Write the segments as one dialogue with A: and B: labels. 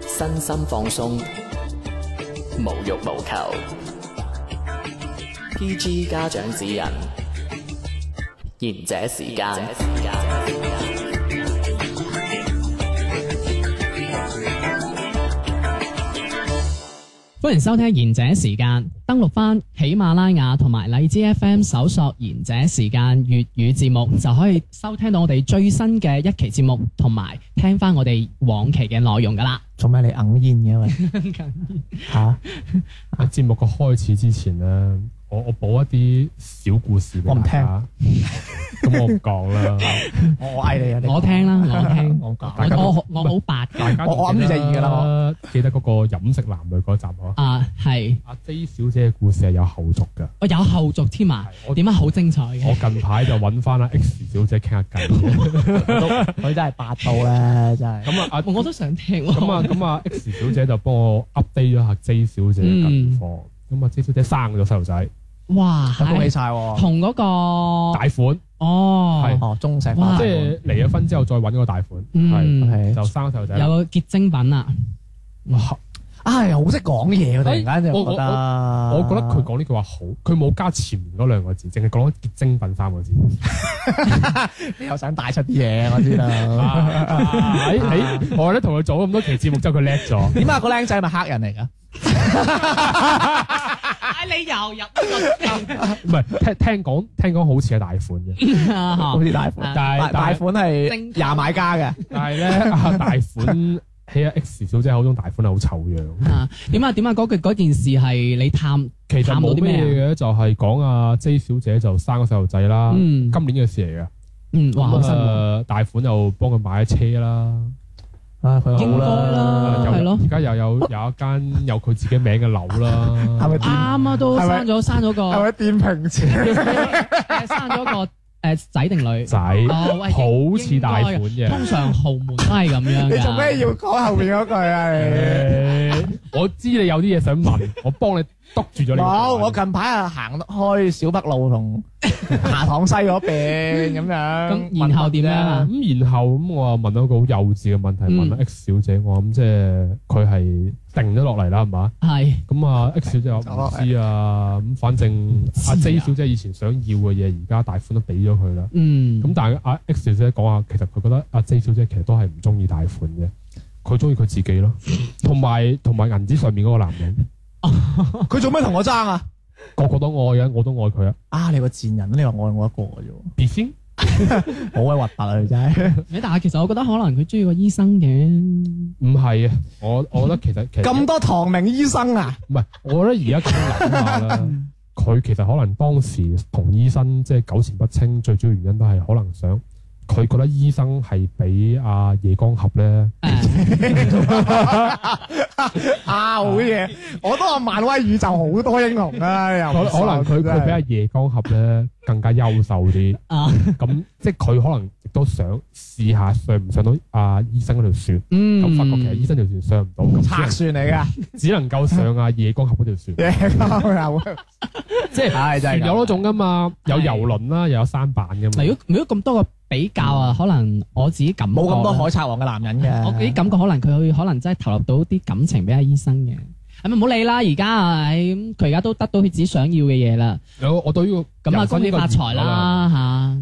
A: 身心放鬆，無欲無求。PG 家長指引，賢者時間。
B: 歡迎收聽賢者時間，登錄翻喜馬拉雅同埋荔枝 FM 搜索賢者時間粵語節目，就可以收聽到我哋最新嘅一期節目，同埋聽翻我哋往期嘅內容噶啦。
C: 做咩你硬 煙嘅喂？嚇！
D: 喺節目嘅開始之前咧，我我補一啲小故事俾
C: 我唔
D: 大家。咁我唔講 啦。
C: 我我嗌你啊！你
B: 我聽啦我聽
C: 我講
D: 大家
B: 我
D: 都
B: 我我好白
D: 大
B: 㗎
D: 家
C: 我我諗住就係二㗎啦
D: 啦。記得嗰個飲食男女嗰集啊。
B: 啊，係
D: 阿 J 小姐嘅故事係有後續㗎。
B: 我有後續添啊
D: 係，我
B: 點解好精彩
D: 我
B: 嘅？
D: 近排就揾翻阿 X 小姐傾下 偈。
C: 佢真係八度咧，真係。
D: 咁啊，阿
B: 我我都想聽喎。
D: 咁啊，咁啊，X 小姐就幫我 update 咗下 J 小姐嘅近況。
C: 嗯
D: 咁啊，J 小姐生咗細路仔，
C: 哦
B: 哇，
C: 咁恭喜
B: 係
C: 晒喎！
B: 同嗰個
D: 大款，
B: 哦
D: 係，
C: 哦，中石
B: 哇
C: 化
D: 即係離咗婚之後再揾嗰個大款，係
B: 嗯，
C: OK
D: 就生咗細路仔
B: 有
D: 啦。
B: 個結晶品 啊，
C: 啊，係好識講嘢喎！突然間就覺得，
D: 我
C: 我
D: 覺得佢講呢句話好，佢冇加前面嗰兩個字，淨係講咗結晶品三個字。
C: 你又想帶出啲嘢，我知 道。
D: 哎哎我覺得同佢做咗咁多期節目之後，佢叻咗。
C: 點啊？個僆仔係咪黑人嚟㗎？
B: 唉，啊你又入呢
D: 唔係聽聽講聽講好似係大款嘅，
B: 個
C: 好似大款，
D: 但
C: 大
D: 係
C: 大
D: 但係
C: 款
B: 正
C: 係廿買家嘅。
D: 但係咧，啊大款喺阿 X 小姐口中，大款係好醜樣。
B: 啊，點啊點啊！嗰句嗰件事係你探，
D: 其實冇咩
B: 啊
D: 嘅，就係講阿 J 小姐就生個細路仔啦，
B: 嗯
D: 今年嘅事嚟嘅。
B: 嗯，哇，好
D: 啊咁
B: 辛苦，
D: 啊大款又幫佢買咗車啦，
C: 啊，佢
B: 應該啦，係
D: 又
B: 咯
D: 而，家又有有一間有佢自己名嘅樓啦。
C: 係咪
B: 啱啊，都
C: 係咪
B: 生咗生咗個
C: 係咪電瓶車？
B: 誒 生咗個誒仔定 女
D: 仔？
B: 哦，喂，
D: 好似大款
B: 應該
D: 嘅
B: 嘅。通常豪門都係咁樣㗎
C: 你做咩要講後面嗰句啊？你？
D: 誒我知你有啲嘢想問，我幫你督住咗你個
C: 冇，我
D: 問題。
C: 近排啊行開小北路 同下塘西嗰邊咁樣。
B: 咁然後點樣啊
D: 咁然後咁我啊問到一個好幼稚嘅問題，
B: 嗯
D: 問阿 X 小姐，我話咁即係佢係定咗落嚟啦，係嘛？
B: 係
D: 咁啊 X 小姐話唔知啊，咁反正
B: 知啊
D: 阿 J 小姐以前想要嘅嘢，而家大款都俾咗佢
B: Ừ.
D: 啦。
B: 嗯
D: 咁但係阿 X 小姐講下，其實佢覺得阿 J 小姐其實都係唔中意大款嘅，佢中意佢自己咯，同埋同埋銀紙上面嗰個男人，
C: 問佢做咩同我爭啊？
D: 個個都愛嘅，我都愛佢啊。
C: 啊，你個賤人，你話愛我一個嘅啫喎，
D: 別先。
C: 好鬼核突啊！佢真 係
B: 但係其實我覺得可能佢中意個醫生嘅，
D: 唔係啊，我我覺得其實其實
C: 咁多唐明醫生 啊，
D: 唔係，我覺得而家咁樣諗下啦，佢其實可能當時同醫生即係糾纏不清，最主要原因都係可能想佢覺得醫生係比阿夜光俠咧，
B: 誒
C: 啊好嘢！我都話漫威宇宙好多英雄啊，又
D: 可
C: 唔
D: 可能佢
C: 信真
D: 佢
C: 係
D: 比阿夜光俠咧更加優秀啲，
B: 啊，
D: 咁即係佢可能亦都想試下上唔上到阿醫生嗰條船，
B: 嗯，
D: 咁發覺其實醫生條船上唔到，咁
C: 拆
D: 只
C: 船嚟 㗎，
D: 能只能夠上阿夜光俠嗰條船。
C: 即係唉真
D: 船
C: 係
D: 有多種噶嘛，有
B: 係
D: 遊輪啦，又有舢板噶嘛
B: 嗱，。如果如果咁多個比較啊，可能我自己感覺
C: 冇咁多海賊王嘅男人嘅，
B: 我自己感覺可能佢可能真係投入到啲感情俾阿醫生嘅，咁咪唔好理啦。而家啊，唉咁佢而家都得到佢自己想要嘅嘢啦。
D: 有我對呢個
B: 咁啊，
D: 人
B: 恭
D: 生
B: 喜
D: 呢個
B: 發財啦嚇！
D: 完咗啦，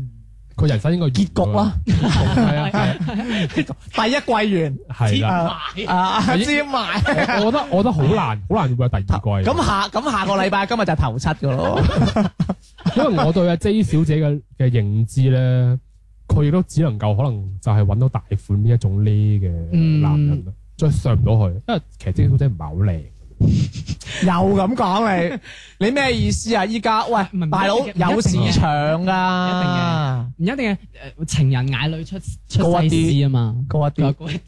D: 佢人生應該結
C: 結局啦，
D: 係 啊係啊
C: 第一季完，
D: 係啦。
C: 啊啊尖埋。
D: 我我覺得我覺得好 難，好難會有第二季。啊
C: 咁啊下咁下個禮拜今日就頭七噶咯，
D: 因為我對阿 J 小姐嘅嘅認知咧，佢亦都只能夠可能就係揾到大款呢一種呢嘅
B: 嗯
D: 男人咯，再上唔到去。因為其實 J 小姐唔係好靚，
C: 又咁講你，你咩意思啊？依家喂
B: 唔係
C: 大佬
B: 唔一定嘅
C: 有市場
B: 一定
C: 噶，
B: 唔一定係誒情人眼裏出出
C: 高一
B: 西
C: 啲
B: 施啊嘛，
C: 高一
B: 佢話
C: 啲。
B: 高一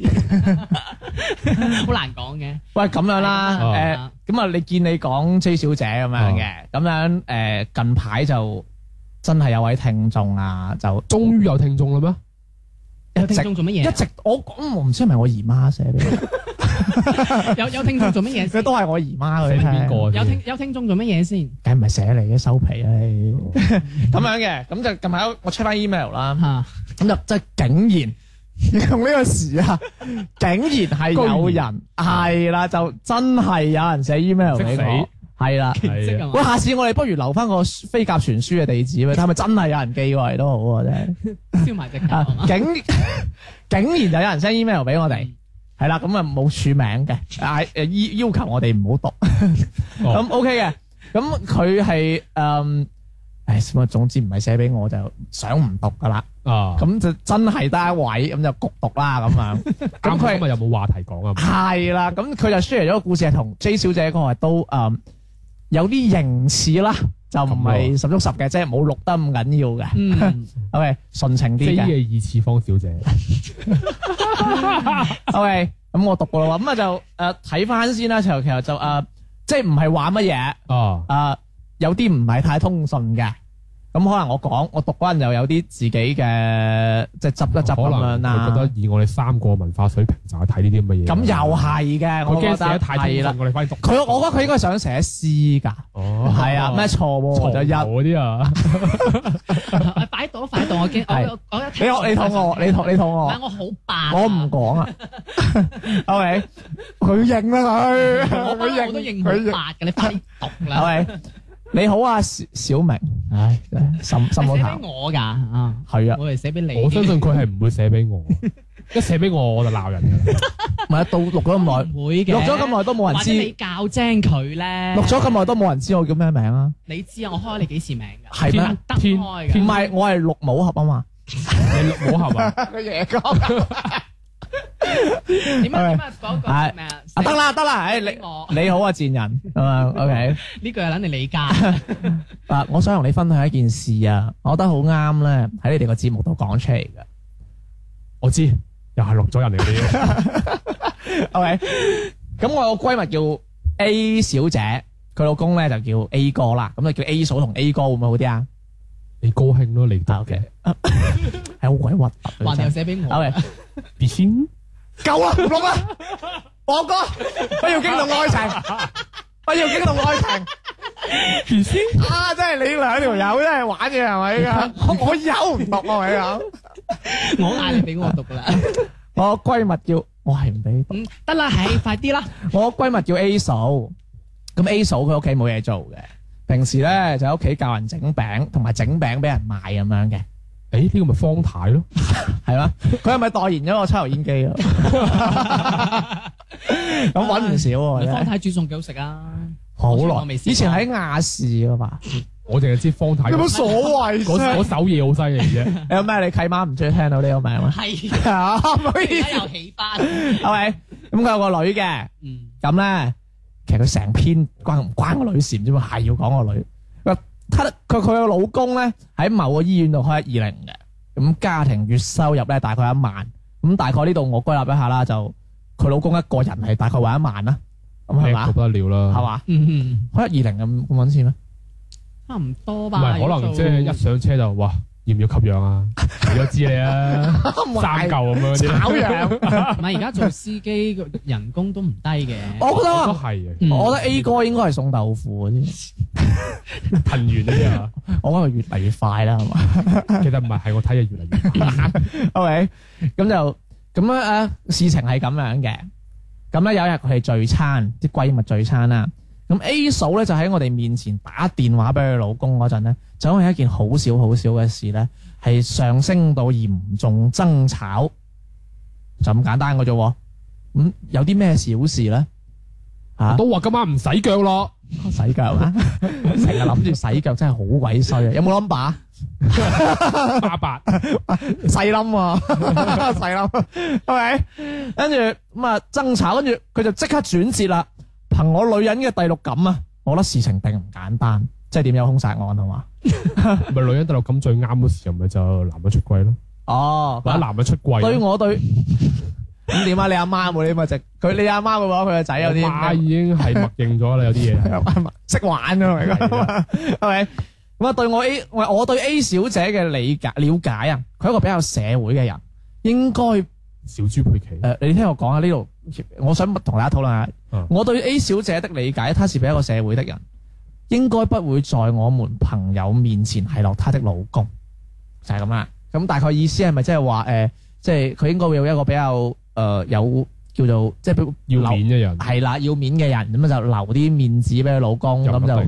B: 啲，好難講嘅。
C: 喂，咁樣啦，
B: Ờ.
D: 哦
C: 誒，咁啊，你見你講 J 小姐咁樣
B: 啊
C: 嘅，咁樣誒，近排就真係有位聽眾啊，就
D: 終於有聽眾啦咩？
B: 有
C: 一
B: 聽
C: 直
B: 眾做乜
C: 一
B: 嘢？
C: 直我講，我唔知係咪我姨媽寫俾 佢，
B: 有有聽眾做乜嘢
C: 佢
B: 先？
C: 都係我姨媽
D: 寫
C: 佢
D: 俾邊
C: 聽。
D: 個啊？
B: 有聽有聽眾做乜嘢先？
C: 梗係唔係寫你嘅收皮 啊你，咁樣嘅，咁就近排我 check 翻 email 啦。
B: 嚇
C: 咁就即係竟然 用呢個時啊，竟然係有
D: 居
C: 人係啦，就真係有人寫 email 俾
D: 識死
C: 我，係啦。
B: 即係
D: 係啊
B: 嘛
C: 喂，下次我哋不如留翻個飛鴿傳書嘅地址俾睇，係咪真係有人寄過嚟都好啊，真係。
B: 燒埋只狗
C: 啊
B: 啊 嘛，
C: 竟竟然就有人 send email 俾我哋
B: 嗯，
C: 係啦，咁啊冇署名嘅，啊誒要要求我哋唔好讀。
D: 哦
C: 咁 OK 嘅，咁佢係誒，唉，咁啊總之唔係寫俾我就想唔讀噶啦，
D: 啊，
C: 咁就真係得一位，咁就焗讀啦咁樣。 咁
D: 啱啱
C: 佢
D: 今日有冇話題講啊？
C: 係啦，咁佢就 share 咗個故事係同 J 小姐嗰個係都誒有啲形似啦，就唔係十足十嘅，即係冇錄得咁緊要嘅
B: 嗯，
C: ，OK，純情啲
D: J
C: 嘅。
D: 嘅二次方小姐，
C: OK，咁我讀過啦喎，咁啊就誒睇翻先啦，就其實就誒、呃即係唔係話乜嘢誒
D: 啊，
C: 有啲唔係太通順嘅，咁可能我講我讀嗰陣又有啲自己嘅即係執一執咁
D: 可
C: 樣
D: 能佢覺得
C: 啦，
D: 以我哋三個文化水平就係睇呢啲咁嘅嘢。
C: 咁又係嘅，
D: 佢
C: 我
D: 驚
C: 覺
D: 寫得
C: 得
D: 太通
C: 係啦
D: 順，，我哋翻去讀。
C: 佢我覺得佢應該想寫詩㗎，
D: 哦，
C: 係啊， 咩錯喎就
D: 就
C: 一。
D: 嗰啲啊，
B: 啊擺到擺到，我驚
C: 係
B: 我我我一
C: 你
B: 聽
C: 我你肚餓，你肚你肚
B: 唔
C: 餓
B: 係，我好白，
C: 我唔講啊。OK，佢認啦 佢，
B: 我
C: 佢
B: 班我都認
C: 認
B: 好
C: 佢認。
B: 白嘅，你快啲讀
C: 係
B: 啦，
C: 咪？你好啊，小小明。唉，心心好
B: 你寫
C: 淡
B: 俾。我㗎啊，
C: 係啊，
B: 我哋寫俾你，
D: 我相信佢係唔會寫俾 我，一寫俾我我就鬧人㗎啦。
C: 唔係到錄咗咁耐，
B: 唔會嘅，
C: 錄咗咁耐都冇人
B: 或
C: 知
B: 者，你教精佢咧，
C: 錄咗咁耐都冇人知我叫咩名啊？
B: 你知啊，我開你幾次名㗎，
C: 係咩？
B: 得開㗎
C: 唔，係，我係錄武俠啊嘛。
D: 你冇合啊？
C: 佢爺哥。
B: 點啊點啊嗰個咩啊？
C: 係啊，得啦得啦，誒
B: 俾我
C: 你你好啊，賤人咁啊，OK。
B: 呢句係撚你理解，
C: 啊，我想同你分享一件事啊，我覺得好啱咧，喺你哋個節目度講出嚟嘅。
D: 我知，又係錄咗人嚟嘅嘢。
C: OK，咁我有個閨蜜叫 A 小姐，佢老公咧就叫 A 哥啦，咁就叫 A 嫂同 A 哥會唔會好啲啊？
D: 你高興咯，你讀
C: 啊，OK，
D: 嘅。
C: 係好鬼核突
B: 還
C: 啊。
B: 又
C: 真係
B: 寫俾我，
C: OK，
D: 別先，
C: 夠啦，唔 錄啦，王哥，我要驚動愛 情，我要驚動愛情。
D: 別先。
C: 啊！真係你兩條友真係玩嘢係咪㗎？我我有唔讀啊，你講。
B: 我嗌你俾我讀㗎啦，
C: 我閨蜜叫我係唔俾
B: 嗯得啦，係快啲啦，
C: 讀，我閨蜜叫 A 嫂。咁 A 嫂佢屋企冇嘢做嘅，平時咧就喺屋企教人整餅，同埋整餅俾人賣咁樣嘅。
D: 誒呢個咪方太咯，
C: 係啦，佢係咪代言咗個抽油煙機啊？咁揾唔少喎，真
B: 方
C: 係
B: 太煮餸幾好食啊！
C: 好
B: 我
C: 耐
B: 未試，過
C: 以前喺亞視噶嘛，
D: 我淨係知方太嗰
C: 所謂
D: 嗰首嘢好犀利啫。
C: 有咩？你契媽唔中意聽到呢個 名啊？
B: 係，
C: 唔好
B: 而
C: 意
B: 家
C: 思，
B: 又起翻。
C: 係咪？咁佢有個女嘅，
B: 嗯，
C: 咁咧其實佢成篇關唔關個女事唔知嘛，係要講個女。佢佢佢個老公咧喺某個醫院度開一二零嘅，咁家庭月收入咧大概一萬，咁大概呢度我歸納一下啦，就佢老公一個人係大概揾一萬啦，咁 係
D: 叻到
C: 嘛？
D: 不得了啦，
C: 係？嘛？
B: 嗯，
C: 開一二零咁咁揾錢咩？
B: 差唔多
D: 唔
B: 吧。
D: 係可能即係一上車就哇，要唔要吸氧啊？我知你啊， 三嚿咁樣嗰啲呢，
C: 炒樣，
B: 唔係而家做司機個人工都唔低嘅。
C: 我覺
D: 我
C: 得。嗯
D: 都係啊嘅，
B: 嗯
C: 我覺得 A 哥應該係送豆腐嗰啲，
D: 騰完呢 啲啊，
C: 我覺得佢越嚟越快啦，係嘛
D: 其實唔係，係我睇嘢越嚟越快
C: ？OK，咁就咁樣啊，事情係咁樣嘅。咁咧有一日佢哋聚餐，啲閨蜜聚餐啦。咁 A 嫂咧就喺我哋面前打電話俾佢老公嗰陣咧，就因為一件好少好少嘅事咧，係上升到嚴重爭吵，就咁簡單嘅啫喎。咁有啲咩小事咧？嚇、
D: 都話今晚唔使腳咯，
C: 洗腳啊！成日諗住洗腳真係好鬼衰啊！有冇 number？啊
D: 八八
C: 細冧 喎，細冧，係咪？跟住咁啊爭吵，跟住佢就即刻轉折啦。憑我女人嘅第六感啊，我覺得事情並唔簡單，即係點有兇殺案係嘛？
D: 咪女人第六感最啱嗰時候，咪就男人出軌咯，
C: 哦，
D: 或者男人出軌咯。
C: 對 我對咁點啊？你阿媽有冇呢咁嘅直？佢你阿媽會話佢個仔有
D: 我媽
C: 啲咩
D: 已經係默認咗啦，有啲嘢係。 啊
C: 識玩㗎嘛？ 係咪？咁啊，對我 A，喂，我對 A 小姐嘅理解了解啊，佢係一個比較社會嘅人，應該
D: 小豬佩奇
C: 誒、，呃你聽我講下啊呢度，我想同大家討論下。
D: 嗯
C: 我對 A 小姐的理解，她是比一個社會的人，應該不會在我們朋友面前奚落她的老公，就係咁啦。咁大概意思係咪即係話誒呃即係佢應該會有一個比較誒、呃有叫做即係
D: 要面嘅人，
C: 係啦，要面嘅人咁就留啲面子俾佢老公，
D: 又唔
C: 咁
D: 一
C: 就
D: 定。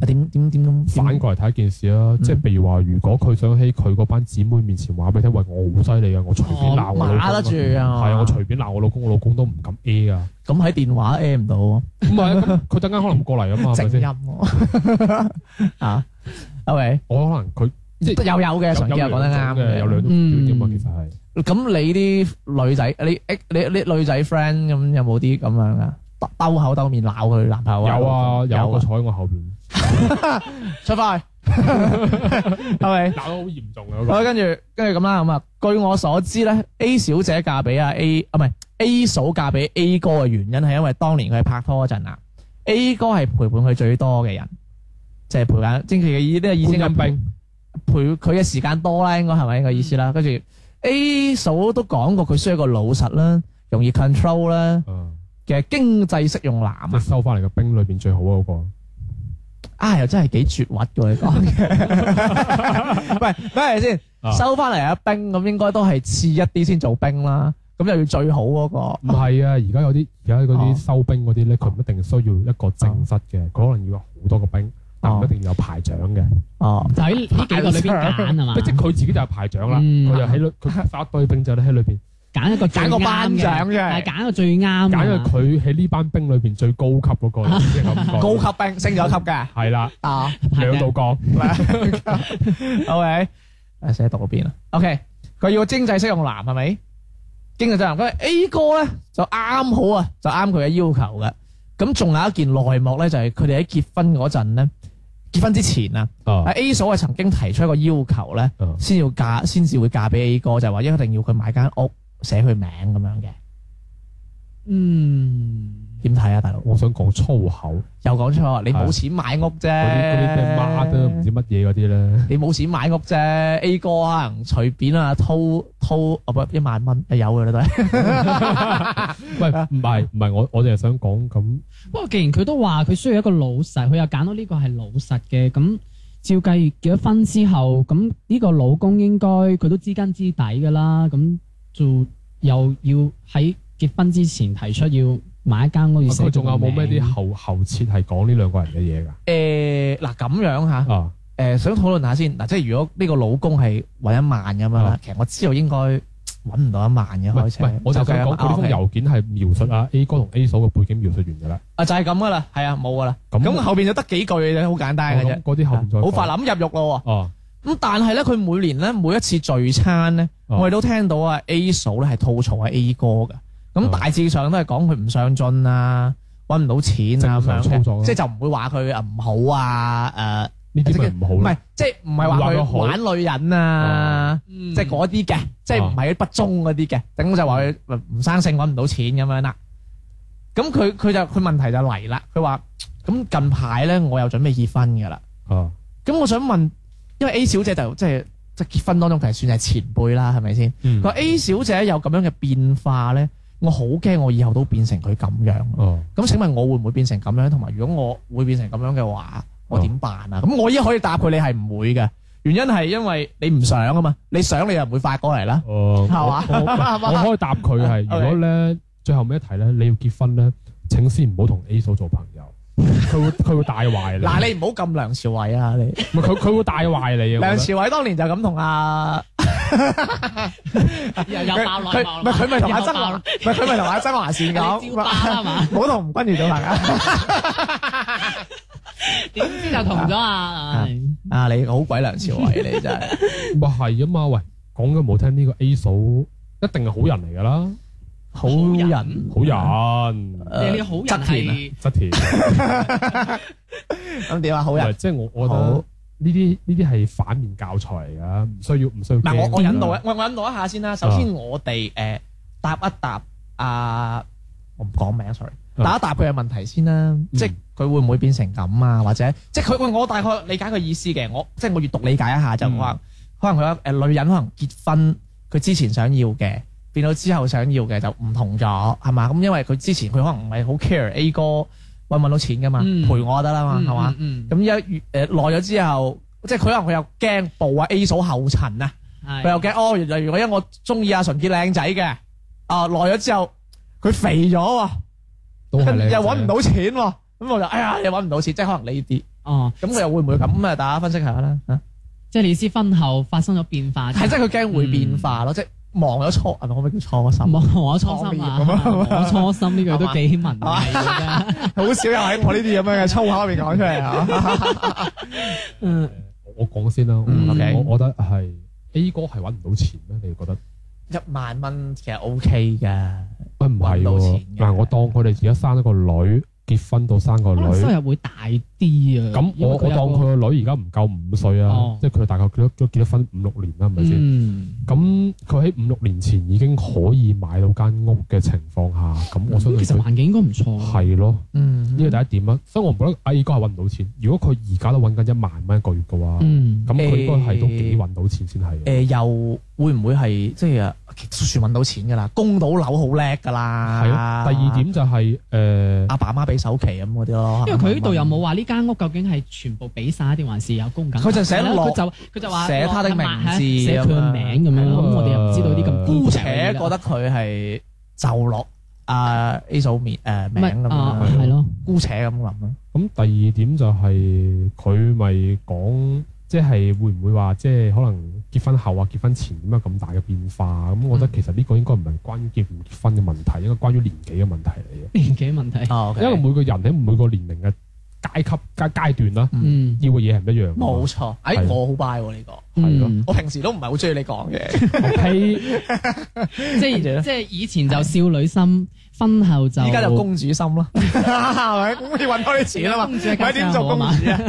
C: 啊點點點咁
D: 反過嚟睇一件事
C: 嗯
D: 啦，即係譬如話，如果佢想喺佢嗰班姊妹面前話俾你聽，喂，我好犀利啊，我隨便鬧我老
C: 馬
D: 公
C: 得
D: 啊，
C: 住
D: 係
C: 啊，
D: 啊，我隨便鬧我老公，我老公都唔敢 A 啊，
C: 咁喺電話 A 唔到喎，
D: 唔係咁佢陣間可能唔過嚟啊嘛，係咪
C: 靜音
D: 先？
C: 喎 啊，OK，
D: 我可能佢即
C: 又
D: 係
C: 有嘅，常
D: 有
C: 基又
D: 有
C: 講得啱
D: 兩種嘅，有兩種表現啊嘛，其實係。
C: 咁你啲女仔，你你你女仔 friend 咁有冇啲咁樣啊？兜兜口兜面鬧佢男朋友
D: 有啊，有
C: 有
D: 個
C: 啊，
D: 坐喺我後邊，
C: 出 翻去係咪？
D: 鬧得好嚴重啊！嗰
C: 好，
D: 個
C: 跟住跟住咁啦，咁啊，據我所知咧，A 小姐嫁俾阿 A 啊，唔係 A 嫂嫁俾 A 哥嘅原因係因為當年佢拍拖嗰陣啊，A 哥係陪伴佢最多嘅人，即係陪緊，即係佢嘅意呢個意思
D: 觀
C: 係
D: 音兵
C: 陪佢嘅時間多啦，應該係咪呢個意思啦？跟住 A 嫂都講過佢需要一個老實啦、容易 control 啦
D: 啊，
C: 嘅經濟適用男
D: 即係
C: 啊，
D: 收翻嚟嘅兵裏邊最好嗰個。
C: 啊又真係幾絕核嘅你 講嘅，喂，等下先。
D: 啊
C: 收翻嚟嘅冰咁應該都係次一啲先做冰啦，咁又要最好嗰、個。
D: 唔係啊，而家有啲而家嗰
C: 哦
D: 啲收兵嗰啲咧，佢唔一定需要一個正室嘅，佢可能要有好多個兵，但唔
C: 哦
D: 一定要有排長嘅。
C: 哦，
B: 就喺呢幾個裏邊揀係嘛，
D: 即係佢自己就係排長啦，
B: 嗯
D: 佢就喺裏佢發一堆兵就咧喺裏邊，
B: 揀一個最
C: 揀個班
B: 啱
C: 長
B: 嘅，
C: 啫
B: 係，揀一個最啱
D: 揀咗
B: 嘅。
D: 佢喺呢班兵裏邊最高級嗰個，即係咁講
C: 高級冰升咗級嘅
D: 係啦，
C: 啊。
B: 係
D: 兩
B: 嘅
D: 度角
C: OK，誒寫到邊啊？OK，佢要經濟適用男係咪？經濟適用男，咁 A 哥咧就啱好啊，就啱佢嘅要求嘅。咁仲有一件內幕咧，就係佢哋喺結婚嗰陣咧，結婚之前啊，阿
D: 啊
C: A 嫂係曾經提出一個要求咧，
D: 啊
C: 先要嫁，先至會嫁俾 A 哥，就係話一定要佢買間屋寫佢名咁樣嘅。
B: 嗯，
C: 點睇啊，大佬？
D: 我想講粗口
C: 又講錯，你冇錢買屋啫。
D: 嗰啲嗰啲咩媽都唔知乜嘢嗰啲咧，
C: 你冇錢買屋啫，A 哥可能隨便啊，掏掏哦不一萬蚊有嘅啦都係。
D: 喂
C: 啊
D: 唔係唔係我我就係想講咁
B: 不過既然佢都話佢需要一個老實，佢又揀到呢個係老實嘅，咁照計結咗婚之後，咁呢個老公應該佢都知根知底㗎啦，咁就又要喺結婚之前提出要買一間屋
C: 啊
B: 要寫
D: 啊佢仲有冇咩啲
B: 個名
D: 後後設係講呢兩個人嘅嘢㗎？
C: 誒嗱咁樣嚇，誒、
D: 啊，
C: 想討論下先嗱，即係如果呢個老公係揾一萬咁樣啦，
D: 啊
C: 其實我知道應該揾唔到一萬嘅
D: 唔係
C: 開
D: 唔
C: 始
D: 係，。我就想講佢呢封
C: 有
D: 郵件係描述啊 A 哥同 A 嫂嘅背景描述完㗎啦。
C: 啊就係咁噶啦，係啊冇噶啦，
D: 咁
C: 咁後邊就得幾句嘅啫，好簡單嘅
D: 我
C: 啫啊
D: 諗，嗰啲後面再
C: 好快
D: 講
C: 諗入肉咯喎。
D: 哦，
C: 咁但係咧，佢每年咧每一次聚餐咧，
D: 哦
C: 我哋都聽到啊 A 嫂咧係吐槽啊 A 哥嘅，咁
D: 哦
C: 大致上都係講佢唔上進啊，揾唔到錢啊咁
D: 正常操
C: 樣
D: 作
C: 嘅，
D: 啦
C: 即係就唔會話佢啊唔好啊，
D: 呢啲咪唔好
C: 誒唔
D: 咯
C: 係即係唔係話
D: 話佢
C: 佢
D: 好哦
C: 玩女人啊，
B: 嗯
C: 即係嗰啲嘅，即係唔係不忠嗰啲嘅，頂多就話佢呃唔生性揾唔到錢咁樣啦。咁佢佢就佢問題就嚟啦，佢話咁近排咧我又準備結婚㗎啦。
D: 啊？
C: 咁我想問，因為 A 小姐就即係即係結婚當中，其實算係前輩啦，係咪先？
D: 嗯
C: 佢話 A 小姐有咁樣嘅變化咧，我好驚我以後都變成佢咁樣。
D: 哦，
C: 咁請問我會唔會變成咁樣？同埋如果我會變成咁樣嘅話，我點辦啊？咁我依家可以答佢，你係唔會嘅。原因係因為你唔想啊嘛，你想你又唔會發過嚟啦。
D: 哦，
C: 係嘛
D: 我我我可以答佢係， 如果咧最後尾一題咧，你要結婚咧，請先唔好同 A 嫂做朋友，佢會佢會帶壞你。
C: 嗱，你唔好咁梁朝偉啊！你
D: 唔係佢佢會帶壞你啊！
C: 梁
D: 我
C: 朝
D: 覺
C: 偉當年就咁同阿
B: 又
C: 佢
B: 有爆落
C: 佢
B: 爆
C: 唔係
B: 落
C: 佢咪同阿
B: 又
C: 曾
B: 爆
C: 華，
B: 落
C: 唔係佢咪同啊阿曾華善
B: 你照爆
C: 講。
B: 啦嘛，
C: 唔好同吳君如做朋友
B: 點知就同咗啊？唉
C: 啊！你好鬼梁朝偉，你真係
D: 得咪係啊嘛，喂，講句唔好聽，呢個 A 嫂一定係好人嚟㗎啦，
C: 好人
D: 好人，
B: 你你好人
C: 側田啊
B: 係
D: 質田。
C: 咁點啊？好人
D: 唔係即係我我覺得
C: 好
D: 呢啲呢啲係反面教材嚟㗎，唔需要唔需要
C: 唔
D: 驚㗎。
C: 係我我啊引導一我我引導一下先啦。首先我哋誒答一答啊，我唔講名，sorry，
D: 啊
C: 答一答佢嘅問題先啦。即係佢會唔會變成咁啊？或者即係佢喂我大概理解佢意思嘅，我即係我閱讀理解一下就
D: 嗯
C: 話，可能佢話誒女人可能結婚佢之前想要嘅。變到之後想要嘅就唔同咗，係嘛？咁因為佢之前佢可能唔係好 care A 哥揾唔揾到錢噶嘛，
B: 嗯
C: 陪我得啦嘛，
B: 嗯
C: 啊係嘛？
B: 嗯嗯
C: 呃咁一誒耐咗之後，即係佢可能佢又驚步啊 A 嫂後塵啊，佢又驚哦，原來如果因為我中意阿純潔靚仔嘅，啊耐咗之後佢肥咗喎，
D: 都係
C: 跟住
D: 你
C: 又揾唔到錢喎，咁我就哎呀又揾唔到錢，即係可能呢啲，
B: 哦，
C: 咁佢又會唔會咁啊？大家分析下啦，嚇
B: 即係你知婚後發生咗變 化，
C: 係即係佢驚會變化咯，即係忘咗初，係咪可唔可以叫初心？
B: 冇我初心啊，
C: 方便咁啊
B: 我初心呢句都幾文藝㗎。
C: 好少有喺我呢啲咁樣嘅粗口入面講出嚟啊！
B: 嗯，
D: 我講先啦，我
C: 嗯
D: 覺得
C: OK
D: 我我覺得係 A 哥係揾唔到錢咩？你覺得？
C: 一萬蚊其實 OK 嘅，
D: 喂，唔係
C: 搵到錢
D: 喎，
C: 嘅
D: 嗱，我當佢哋而家生咗個女，結婚到生個
B: 可
D: 女，
B: 能收入會大啲啊。
D: 咁
B: 因為
D: 我我
B: 有
D: 當
B: 個
D: 佢個女而家唔夠五歲啊
B: 哦，
D: 即係佢大概結咗結咗婚五六年啦，係咪先？
B: 嗯，
D: 咁佢喺五六年前已經可以買到間屋嘅情況下，咁我相
B: 咁
D: 信
B: 其實
D: 佢
B: 環境應該唔錯。
D: 係咯，
C: 嗯
D: 呢個第一點啦。所以我唔覺得阿哥係揾唔到錢。如果佢而家都揾緊一萬蚊一個月嘅話，
B: 嗯，
D: 咁佢應該係都幾揾到錢先係。
C: 誒呃又會唔會係即係啊？算揾到錢㗎啦，供到樓好叻㗎啦。
D: 係
B: 啊
D: 咯。第二點就係誒
C: 阿爸媽俾首期咁嗰啲咯。
B: 因為佢呢度又冇話呢間屋究竟係全部俾晒定還是有供緊？
C: 佢就寫落
B: 佢就佢就話
C: 寫他的名字
B: 係寫佢嘅名咁樣
D: 咁
B: 咯。
D: 啊
B: 咁我哋又唔知道啲咁 detail
C: 姑且
B: 嘅嘢
C: 覺
B: 啦
C: 得佢係就落阿 A 嫂面誒名
B: 唔
C: 咁
B: 係啊
C: 樣，
B: 係咯，
C: 姑且咁諗啦。
D: 咁第二點就係佢咪講，即係會唔會話即係可能結婚後啊、結婚前點解咁大嘅變化？咁
B: 嗯
D: 我覺得其實呢個應該唔係關於結唔結婚嘅問題，應該關於年紀嘅問題嚟嘅。
B: 年紀問題。
C: 哦，
D: 因為每個人喺每個年齡嘅階級階階段啦，
B: 嗯，
D: 要嘅嘢係唔一樣㗎嘛。
C: 冇錯。誒，
D: 係
C: 我好 buy 喎呢個。
D: 係咯
B: 嗯
C: 我平時都唔係好中意你講嘅。
D: 屁
B: 即係即係以前就少女心，婚後就
C: 依家就公主心啦， 係咪？咁要揾多啲錢啊嘛，
B: 公主嘅
C: 咪點做公主啊？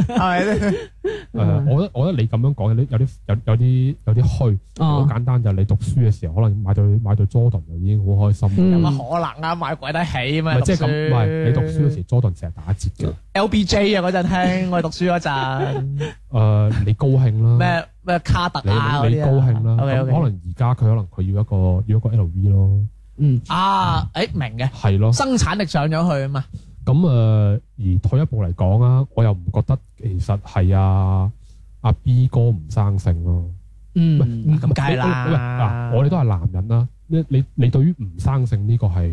C: 係咪？嗯
D: 誒，我覺得我覺得你咁樣講有啲有啲有有啲有啲虛。好
B: 哦，
D: 簡單就係你讀書嘅時候，可能買對買對 Jordan 就已經好開心
B: 嗯
C: 有
D: 啦。
C: 乜可能啊？買鬼得起
D: 唔
C: 咩？
D: 係即係咁，
C: 讀書
D: 唔係你讀書嗰時 Jordan 成日打折嘅。
C: LBJ 啊嗰陣聽，我哋讀書嗰陣
D: 誒，你高興啦。
C: 嗯咩咩卡特
D: 你
C: 啊嗰
D: 你
C: 啲啊，
D: 高興啦，咁
C: OK，OK
D: 可能而家佢可能佢要一個要一個 LV 咯，
B: 嗯，
C: 啊，誒明嘅，
D: 係咯。
C: 生產力上咗去啊嘛，
D: 咁誒、呃而退一步嚟講啊，我又唔覺得其實係啊阿 B 哥唔生性咯。
B: 嗯，
C: 咁梗係啦
D: 你嗱，我哋都係男人啦，你你你對於唔生性呢個係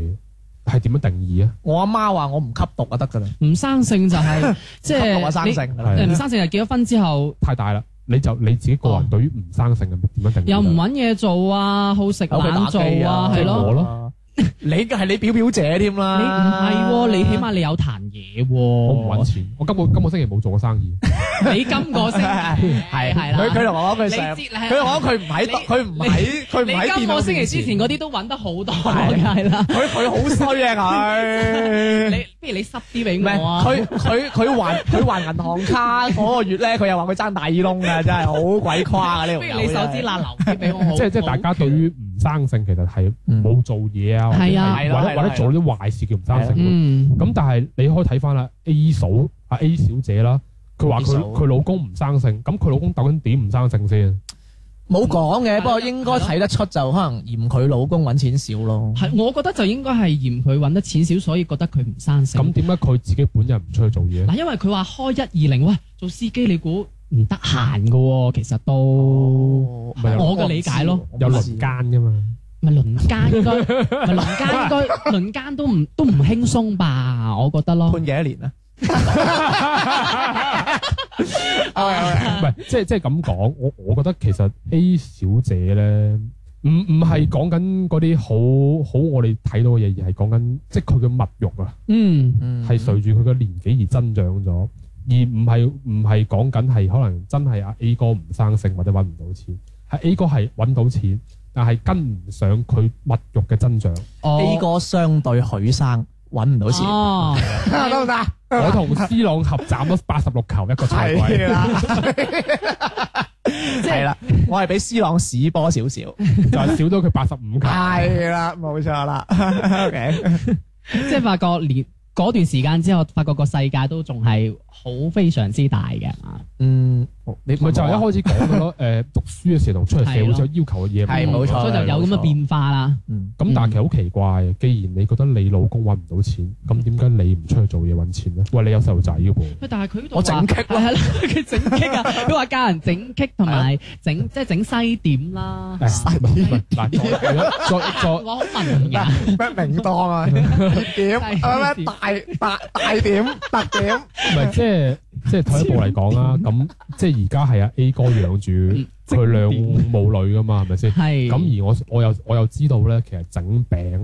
D: 係點樣定義啊？
C: 我阿媽話我唔吸毒就得㗎啦，
B: 唔生性就係 即
C: 吸毒啊嗯
B: 係
C: 生
B: 你
C: 性㗎
D: 係
B: 誒
C: 啦
B: 唔，生性係結咗婚之後
D: 太大啦，你就你自己個
B: 哦
D: 人對於唔生性係點樣定義呢？
B: 又唔揾嘢做啊，好食
C: 有佢打
B: 懶做
C: 機
B: 啊，係
D: 即係
B: 咯。
D: 我
C: 咯，你係你表表姐添
B: 你唔
C: 啦，
B: 係喎，你起碼你有彈嘢喎。
D: 我唔揾錢，我今個今個星期冇做過生意，
B: 你今個 星期係係啦。
C: 佢佢同我講
B: 你
C: 佢
B: 知
C: 上。
B: 係
C: 佢話佢唔喺
B: 你，
C: 佢唔喺，佢唔喺
B: 你
C: 電
B: 今
C: 腦
B: 個星
C: 面
B: 期之前嗰啲都揾得好多，係
C: 係
B: 啦。
C: 佢佢好衰啊佢。
B: 你不如你濕啲俾
C: 唔係
B: 我啊。
C: 佢佢佢 還佢還銀行卡嗰個月咧，佢又話佢爭大耳窿㗎，真係好鬼誇啊！呢
B: 不
C: 條
B: 如
C: 友
B: 你手指罅留啲俾我好。
D: 即係即係
B: 好
D: 大家對於唔生性其實係
C: 嗯
D: 冇做嘢啊，或者
B: 係啊
D: 係
C: 係啦
D: 或
C: 係
D: 者
C: 啦
D: 或者做啲壞事叫唔生性。
B: 嗯
D: 咁但係你可以睇翻啦，A 嫂啊 A 小姐啦，佢話
C: A
D: 佢
C: 嫂
D: 佢老公唔生性，咁佢老公究竟點唔生性先？
C: 冇講
B: 啊
C: 嘅，不過應該睇得出就可能嫌佢老公揾錢少咯。
B: 係，我覺得就應該係嫌佢揾得錢少，所以覺得佢唔生性。
D: 咁點解佢自己本人唔出去做嘢
B: 嗱，？因為佢話開一二零，喂，做司機你估唔得閒嘅喎，其實
C: 哦
B: 都
D: 咪有
B: 我嘅理解咯
D: 有輪奸噶嘛？
B: 咪輪奸 應該，咪輪奸應該，輪奸都唔都唔輕鬆吧？我覺得
C: 判
B: 咯，
C: 幾多 年啊？
D: 唔係，即係即係咁講，我我覺得其實 A 小姐咧，唔唔係講緊嗰啲好好我哋睇到嘅嘢，而係講緊即係佢嘅物欲啊，
B: 嗯
D: 係隨住佢嘅年紀而增長咗，而唔係唔係講緊係可能真係阿 A 哥唔生性或者揾唔到錢，係 A 哥係揾到錢，但係跟唔上佢物欲嘅增長。
B: 我
C: A 哥相對許生揾唔到錢，
B: 哦，
C: 啊得唔得？
D: 我同 C 朗合斬咗八十六球一個賽季。
C: 係啊 啦，係啦，我係比斯朗屎波少少，
D: 就係少咗佢八十五球。
C: 係啦，冇錯啦。OK，
B: 即係發覺連嗰段時間之後，發覺個世界都仲係好非常之大嘅。
C: 嗯，你
D: 咪就係一開始講 嘅咯。誒，讀書嘅時候同出嚟社會之後要求嘅嘢唔
C: 係
D: 同
C: 冇錯
B: 嗯所以就有咁嘅變化啦。
C: 嗯
D: 咁但係其實好奇怪嘅，既然你覺得你老公揾唔到錢，咁點解你唔出去做嘢揾錢咧？喂，你有細路 仔嘅噃，
B: 喂但係佢呢度
C: 我整棘
B: 係係啦，佢整棘 啊！佢話教人整棘同埋
C: 啊
B: 整即係整西點啦。
D: 誒唔係 嗱，再再再
B: 我好文雅，
C: 咩名當啊？點
B: 係
C: 咩大大大點特點？
D: 唔係即係即係退一步嚟講啦，咁即係而家係阿 A 哥養住佢兩母女噶
C: 嗯
D: 嘛，係咪先？
B: 係
D: 咁而我我又我又知道咧，其實整餅咧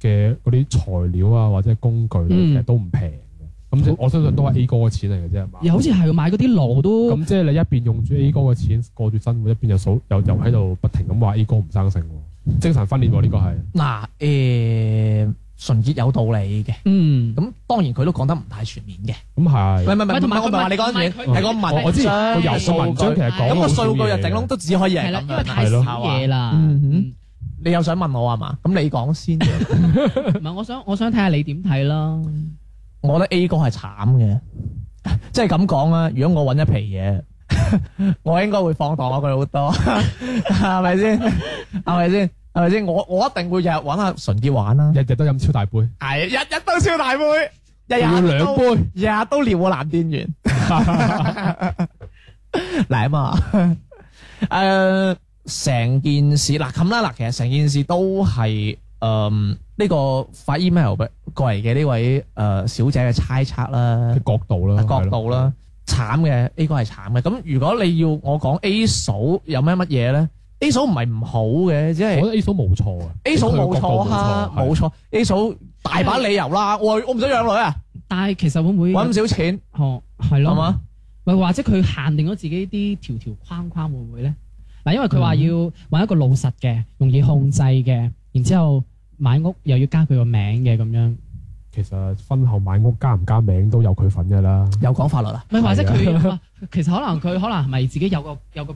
D: 嘅嗰啲材料啊或者工具呢
B: 嗯
D: 其實都唔平嘅。咁即係我相信都係 A 哥嘅錢嚟嘅啫，係嘛？
B: 又好似係買嗰啲爐
C: 哦
B: 都
D: 咁即係你一邊用住 A 哥嘅錢過住生活，一邊又數又又喺度不停咁話 A 哥唔生性喎，精神分裂喎呢個係。
C: 嗱誒，純潔有道理嘅。
B: 嗯。
C: 咁當然佢都講得唔太全面嘅。
D: 咁
C: 唔係
D: 係，
C: 唔係
B: 喂
C: 唔
B: 同埋
C: 係，我唔係話你講得全面，係個
D: 我我
C: 文
D: 知
C: 章
D: 我由個文章其實講
C: 咁
D: 咗
C: 個
D: 好少
C: 數據
D: 嘢
C: 就整窿
D: 嘅
C: 都只可以
B: 啊係啦因為太
C: 係咁，啊樣
D: 係
B: 少
D: 咯
B: 嘢啦。
C: 嗯你又想問我係嘛？咁你講先。
B: 嗯唔係，我想我想睇下你點睇啦。
C: 我覺得 A 哥係慘嘅， 即係咁講啦。如果我揾一皮嘢， 我應該會放蕩佢好多， 係咪先？係咪先？係咪先？我我一定會日日揾阿純潔玩啦，
D: 日日都飲超大杯，
C: 係日日都超大杯，日日
D: 要兩
C: 都
D: 杯。
C: 日日都撩我男店員， 嚟啊 嘛！誒、成件事嗱咁啦，嗱，其實成件事都係誒呢個發 email 俾過嚟嘅呢位誒、呃小姐嘅猜測啦。
D: 角度啦，
C: 啊角度啦，慘嘅 A 哥係慘嘅。咁如果你要我講 A 嫂有咩乜嘢咧？A 嫂唔係唔好嘅，即
D: 係咯。
C: 係
D: 我覺得 A 嫂冇錯啊
C: A 嫂冇錯哈，
D: 佢嘅角度
C: 冇錯。A 嫂大把理由啦，我我唔想養女啊，
B: 但係其實會唔會
C: 揾咁少錢
B: 哦係
C: 係
B: 咯？
C: 嘛？
B: 咪或者佢限定咗自己啲條條框框會唔會咧？嗱，因為佢話
C: 嗯
B: 要揾一個老實嘅、容易控制嘅，然之後買屋又要加佢個名嘅咁樣。
D: 其實婚後買屋加唔加名都有佢份㗎啦。
C: 有講法律啊？
B: 咪或者
D: 係
B: 佢哇其實可能 佢可能係咪自己有個有個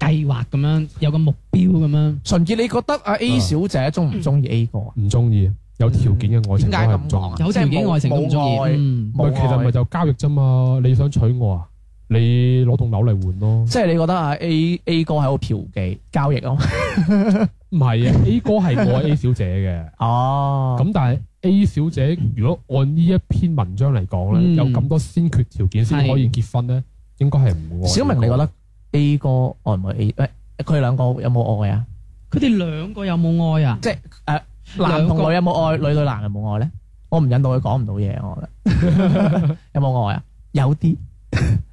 B: 計劃咁樣，有個目標咁樣？
C: 純潔，你覺得阿 A 小姐中唔中意 A 哥啊？
D: 唔中意有條件嘅愛情
C: 點
D: 都
C: 解
D: 係唔
C: 咁
D: 中
C: 講
D: 意
C: 啊。？
B: 有條件愛情都唔中意
C: 即係冇冇愛啊
B: 嗯
D: 咪其實咪就交易啫嘛，你想娶我啊？你攞棟樓嚟換咯，
C: 即係你覺得阿 A A 哥喺度嫖妓交易啊？
D: 唔係啊？A 哥係愛 A 小姐嘅，
C: 哦，
D: 咁但係 A 小姐如果按呢一篇文章嚟講咧，
B: 嗯
D: 有咁多先決條件先可以結婚咧，應該係唔愛。
C: 小明，你覺得 A 哥愛唔愛 A？喂佢兩個有冇愛啊？
B: 佢哋兩個有冇愛啊？
C: 男同女有冇愛？女對男有冇愛咧？我唔引導佢講唔到嘢，我覺得有冇愛啊？有啲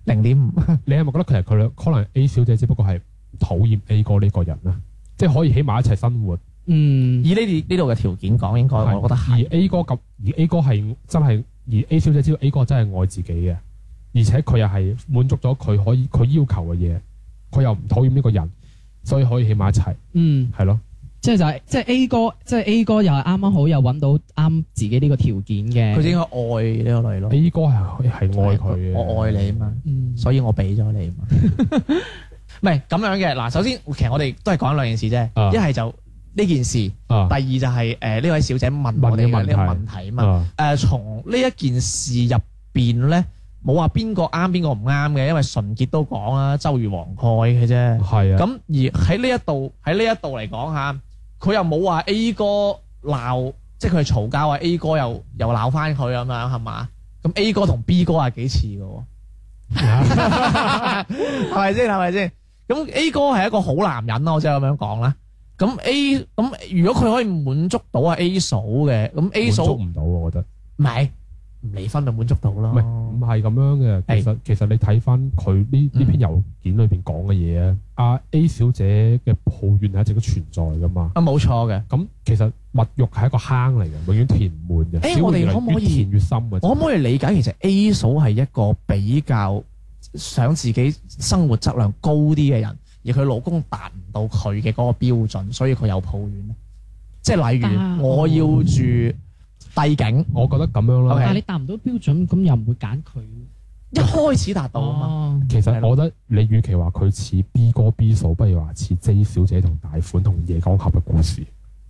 C: 零點五，
D: 你係咪覺得其實佢兩可能 A 小姐只不過係討厭 A 哥呢個人啊？即係可以起碼一齊生活。
B: 嗯，
C: 以呢啲呢度嘅條件講，應該
D: 係
C: 我覺得
D: 而
C: 係
D: A 哥咁，而 A 哥係真係，而 A 小姐知道 A 哥真係愛自己嘅，而且佢又係滿足咗佢可以佢要求嘅嘢，佢又唔討厭呢個人，所以可以起埋一齊，
B: 嗯，
D: 係咯。
B: 即係就係即係 A 哥，即係 A 哥又係啱啱好又揾到啱自己呢個條件嘅。
C: 佢應該愛呢個女咯。
D: A 哥係係愛佢嘅，
C: 我愛你啊嘛，
B: 嗯
C: 所以我俾咗你啊嘛。 唔係咁樣嘅嗱，首先其實我哋都係講兩件事
D: 啊
C: 啫，一係就呢件事，第
D: 啊
C: 二就係誒呢位小姐問
D: 問
C: 我哋
D: 嘅問
C: 嘅呢個問
D: 題
C: 題啊嘛。
D: 啊
C: 誒、從呢一件事入邊咧，冇話邊個啱邊個唔啱嘅，因為純潔都講啦，周瑜黃蓋嘅啫。
D: 係啊，
C: 咁而喺呢一度喺呢一度嚟講嚇，佢又冇話 A 哥鬧，即係佢哋嘈交啊，A 哥又又鬧翻佢咁樣係嘛？咁 A 哥同 B 哥係幾似嘅喎？
D: 啊
C: 係咪先？係咪先？咁 A 哥係一個好男人咯，我只係咁樣講啦。咁 A 咁如果佢可以滿足到啊 A 嫂嘅，咁 A
D: 滿
C: 嫂
D: 足
C: 唔
D: 唔到啊，我覺得。
C: 係唔離婚咪滿足到咯
D: 唔係唔係咁樣嘅，其實其實你睇翻佢呢
C: 嗯
D: 呢篇郵件裏邊講嘅嘢啊，阿 A 小姐嘅抱怨係一直都存在噶嘛。
C: 啊，冇錯嘅。
D: 咁其實物欲係一個坑嚟嘅，永遠填唔滿嘅，
C: 誒
D: 只
C: 我
D: 會
C: 哋
D: 越嚟
C: 可唔可以
D: 越填越深嘅啫。
C: 我可唔可以理解其實 A 嫂係一個比較想自己生活質量高啲嘅人，而佢老公達唔到佢嘅嗰個標準，所以佢有抱怨咧？即係例
B: 但
C: 如我要住帝景，
D: 我覺得咁樣啦
C: OK
B: 但係你達唔到標準，咁又唔會揀佢。
C: 一開始達到啊嘛，
B: 哦，
D: 其實我覺得你與其話佢似 B 哥 B 嫂，不如話似 J 小姐同大款同夜光俠嘅故事。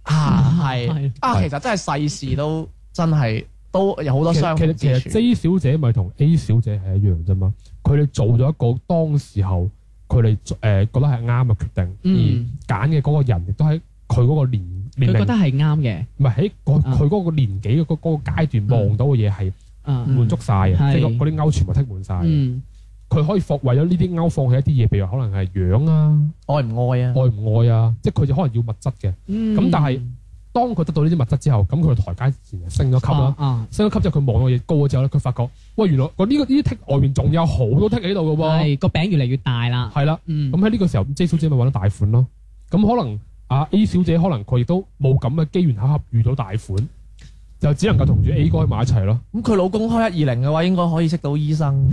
C: 啊係
B: 係
C: 啊，
D: 係
C: 其實真係世事都真係都有好多
D: 其
C: 相
D: 實其
C: 同
D: 實其
C: 之
D: 實
C: 處。
D: J 小姐咪同 A 小姐係一樣啫嘛，佢哋做咗一個當時候佢哋誒覺得係啱嘅決定，
B: 嗯
D: 而揀嘅嗰個人亦都喺佢嗰個年
B: 佢
D: 年
B: 覺得
D: 齡，
B: 係啱嘅，
D: 唔係喺嗰
B: 啊
D: 佢嗰個年紀嗰個嗰個階段望到嘅嘢係
B: 嗯
D: 滿足晒嘅，
B: 係
D: 即係嗰嗰啲勾全部剔滿晒。
B: 嗯
D: 佢可以放為咗呢啲勾放棄一啲嘢，譬如話可能係樣啊、
C: 愛唔愛啊
D: 愛？唔愛啊，即係佢就可能要物質嘅。
B: 嗯
D: 咁但係當佢得到呢啲物質之後，咁佢台階自然就升咗級啦。
B: 啊啊，
D: 升咗級之後，佢望到嘢高咗之後咧，佢發覺，喂，原來我呢個呢啲剔外面仲有好多剔喺度嘅喎，
B: 係個餅越嚟越大啦，
D: 係啦。
B: 嗯
D: 咁喺呢個時候咁，J 小姐咪揾到大款咯。咁可能啊 A 小姐可能佢亦都冇咁嘅機緣巧合遇到大款，就只能夠同住 A 哥喺埋一齊咯。
C: 咁佢老公開一二零嘅話，應該可以識到醫生，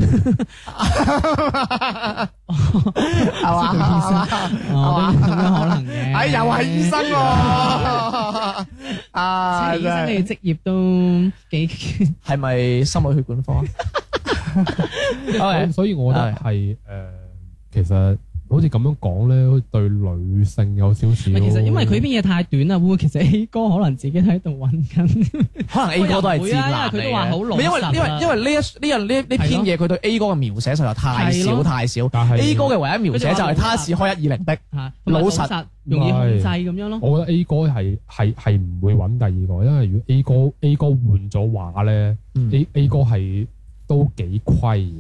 C: 係嘛？係嘛
B: 哦咁樣可能嘅，
C: 哎，又係醫生 喎！啊，
B: 即係醫生你嘅職業都幾
C: 係咪心腦血管科啊？OK，
D: 所以我覺得係誒、呃其實好似咁樣講咧，好似對女性有少少。
B: 喂其實因為佢呢邊嘢太短啦，啊會唔會其實 A 哥可能自己喺度揾緊？
C: 可能 A 哥都係賤男嚟
B: 喂又唔會啊因為佢都話好老
C: 嘅，因為
B: 實啊
C: 因為因為呢一呢一呢呢篇嘢佢對 A 哥嘅描寫實在太
B: 係
C: 少
B: 咯
C: 太少
D: 但係
C: ，A 哥嘅唯一描寫就係他是開一二零的。
B: 嚇同埋
C: 老
B: 老
C: 實
B: 實容易控制咁樣咯。
D: 我覺得 A 哥係係係唔會揾第二個，因為如果 A 哥 A 哥換咗畫咧、
C: 嗯
D: a A 哥係都幾虧嘅，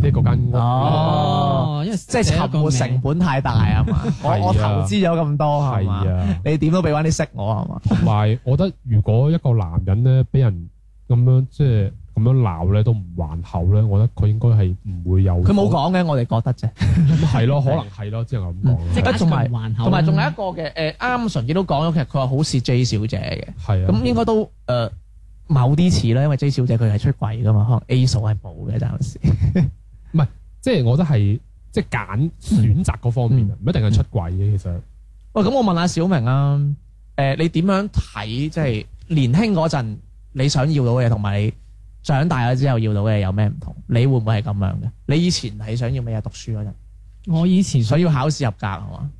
D: 即係嗰間屋。
C: 哦
B: 哦，因為
C: 即係沉沒成本太大啊嘛！ 我我
D: 係
C: 投
D: 啊
C: 資咗咁多係
D: 係
C: 嘛？
D: 啊，
C: 你點都俾翻啲息我係嘛？
D: 同埋我覺得如果一個男人咧俾人咁樣即係咁樣鬧咧都唔還口咧，我覺得佢應該係唔會有。
C: 佢冇，講嘅，我哋覺得啫。
D: 係咯，可能係咯，啊只能咁講
C: 嗯
B: 即
D: 咯。
B: 係
C: 同埋
B: 還口啦，
C: 同埋仲有一個嘅誒，啱啱純潔都講咗，其實佢話好似 J 小姐
D: 係
C: 嘅，
D: 啊，
C: 咁應該都誒、呃某啲似啦，因為 J 小姐佢係出櫃噶嘛，可能 A 數係冇嘅暫時。
D: 即係我覺得係即係揀選擇嗰方
C: 嗯
D: 面啊，唔一定係出軌嘅。其實
C: 喂，咁我問下小明啊，誒、你點樣睇即係年輕嗰陣你想要到嘅嘢，同埋你長大咗之後要到嘅嘢有咩唔同？你會唔會係咁樣嘅？你以前係想要咩嘢？讀書嗰陣，
B: 我以前想
C: 想要考試入格係嘛？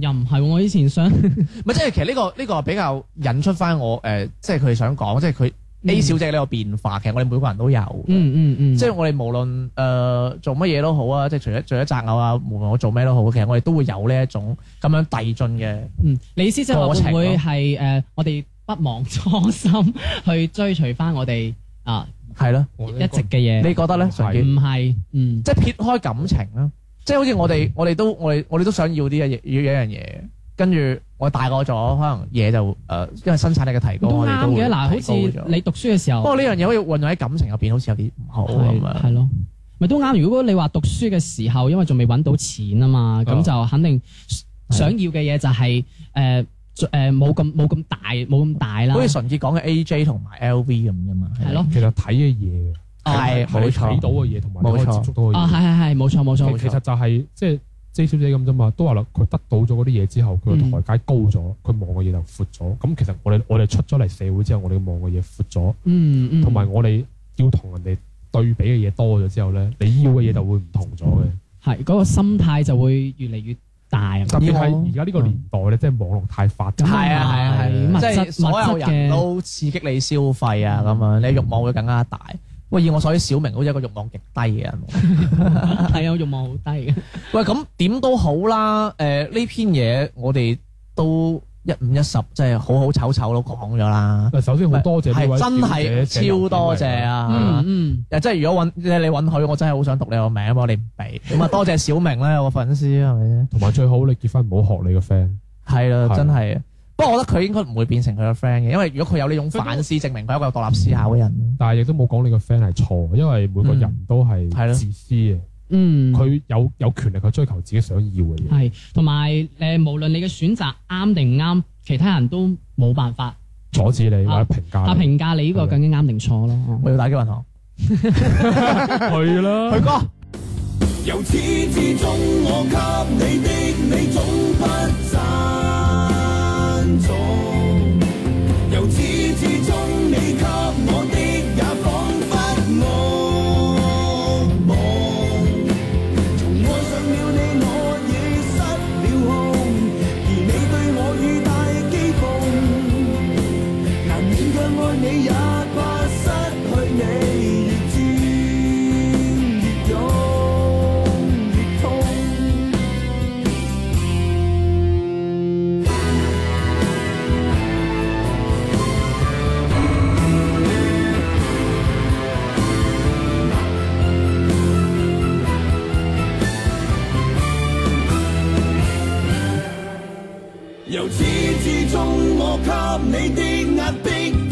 B: 又唔係喎，我以前想
C: 咪即係其實呢、個呢、個比較引出翻我誒、呃即係佢想講，即係佢 A 小姐呢個變化，其實我哋每個人都有。
B: 嗯嗯嗯，
C: 即係我哋無論誒、呃做乜嘢都好啊，即係除咗除咗擇偶啊，無論我做咩都好，其實我哋都會有呢一種咁樣遞進嘅。
B: 嗯，你意思即係話
C: 過程
B: 會唔
C: 咯
B: 會係誒我哋不忘初心去追隨翻我哋啊
C: 係咯，
D: 我
B: 一直嘅嘢？
C: 你覺得咧？
D: 唔係
C: 純潔
B: 唔係嗯
C: 嗯即係撇開感情啦，即係好似我哋我哋都我哋我哋都想要啲一嘢要一樣嘢，跟住我大個咗，可能嘢就誒、呃因為生產力嘅提高，
B: 都
C: 我哋
B: 啱
C: 都會
B: 嘅嗱，好
C: 提高
B: 似
C: 咗
B: 你讀書嘅時候，
C: 不過呢樣嘢好似運用喺感情入邊，好似有啲唔好啊咁
B: 係係
C: 樣。
B: 咯，咪都啱。如果你話讀書嘅時候，因為仲未揾到錢啊嘛，咁
D: 哦
B: 就肯定想要嘅嘢就係誒誒冇咁冇咁大冇咁大啦
C: 好，似純潔講嘅 A J 同埋 L V 咁啫嘛，
B: 係咯，哦
D: 其實睇嘅嘢嘅。
C: 係
D: 係你
C: 冇錯
D: 睇到嘅嘢同埋你可
C: 冇
D: 以
C: 錯哦
D: 接觸到嘅
B: 啊
D: 嘢。
B: 係係係冇錯冇
D: 其
B: 錯冇
D: 其
B: 錯，
D: 實就係即係 J 小姐咁啫嘛，都話啦，佢得到咗嗰啲嘢之後，佢
B: 嗯
D: 個台階高咗，佢望嘅嘢就闊咗。咁其實我哋我哋出咗嚟社會之後，我哋望嘅嘢闊咗，
B: 嗯嗯，
D: 同埋我哋要同人哋對比嘅嘢多咗之後咧，你要嘅嘢就會唔同咗嘅。
C: 嗯
B: 係嗰個心態就會越嚟越大 啊。
D: 特別係而家呢個
C: 嗯
D: 年代咧，即係網絡太發達，
C: 係啊係啊
B: 係
C: 係
B: 物
C: 啊，即
B: 質
C: 係所有人
B: 物
C: 都刺激你消費啊，咁樣你欲望會更加大。喂，以我所知，小明好似一個欲望極低嘅人 喎。
B: 係啊，欲望好低嘅。
C: 喂，咁點都好啦。誒、呢篇嘢我哋都一五一十，即係好好醜醜都講咗啦。
D: 嗱，首先好多謝呢位
C: 嗯係真
D: 小姐寫
C: 係
D: 郵
C: 超
D: 件
C: 多謝
D: 嚟啊！
C: 啊！
B: 嗯
C: 誒，即係如果允即係你允許，我真係好想讀你個名，不過你唔俾。咁啊，多謝小明啦，有個粉絲係咪先？
D: 同埋最好你結婚唔好學你個 friend。
C: 係啦，
D: 係
C: 真係。不過我覺得佢應該唔會變成佢個 friend 嘅，因為如果佢有呢種反思，證明佢係一個獨立思考嘅人。
D: 但係亦都冇講你個 friend 係錯，因為每個人都係
C: 嗯係咯
D: 自私嘅，
B: 嗯，
D: 佢有有權力去追求自己想要嘅嘢。
B: 係同埋誒，無論你嘅選擇啱定唔啱，其他人都冇辦法
D: 阻止你或者評
B: 啊
D: 價你，
B: 評價你呢個究竟啱定錯咯。
C: 我要打機銀行，
D: 去啦
C: 佢哥。
E: 由始至終，我給你的你總不讚賞。由始至終，你給我的也彷彿我望。從愛上了你，我已失了控，而你對我已大機碰，難免讓愛你也不由始至終我給你的壓迫。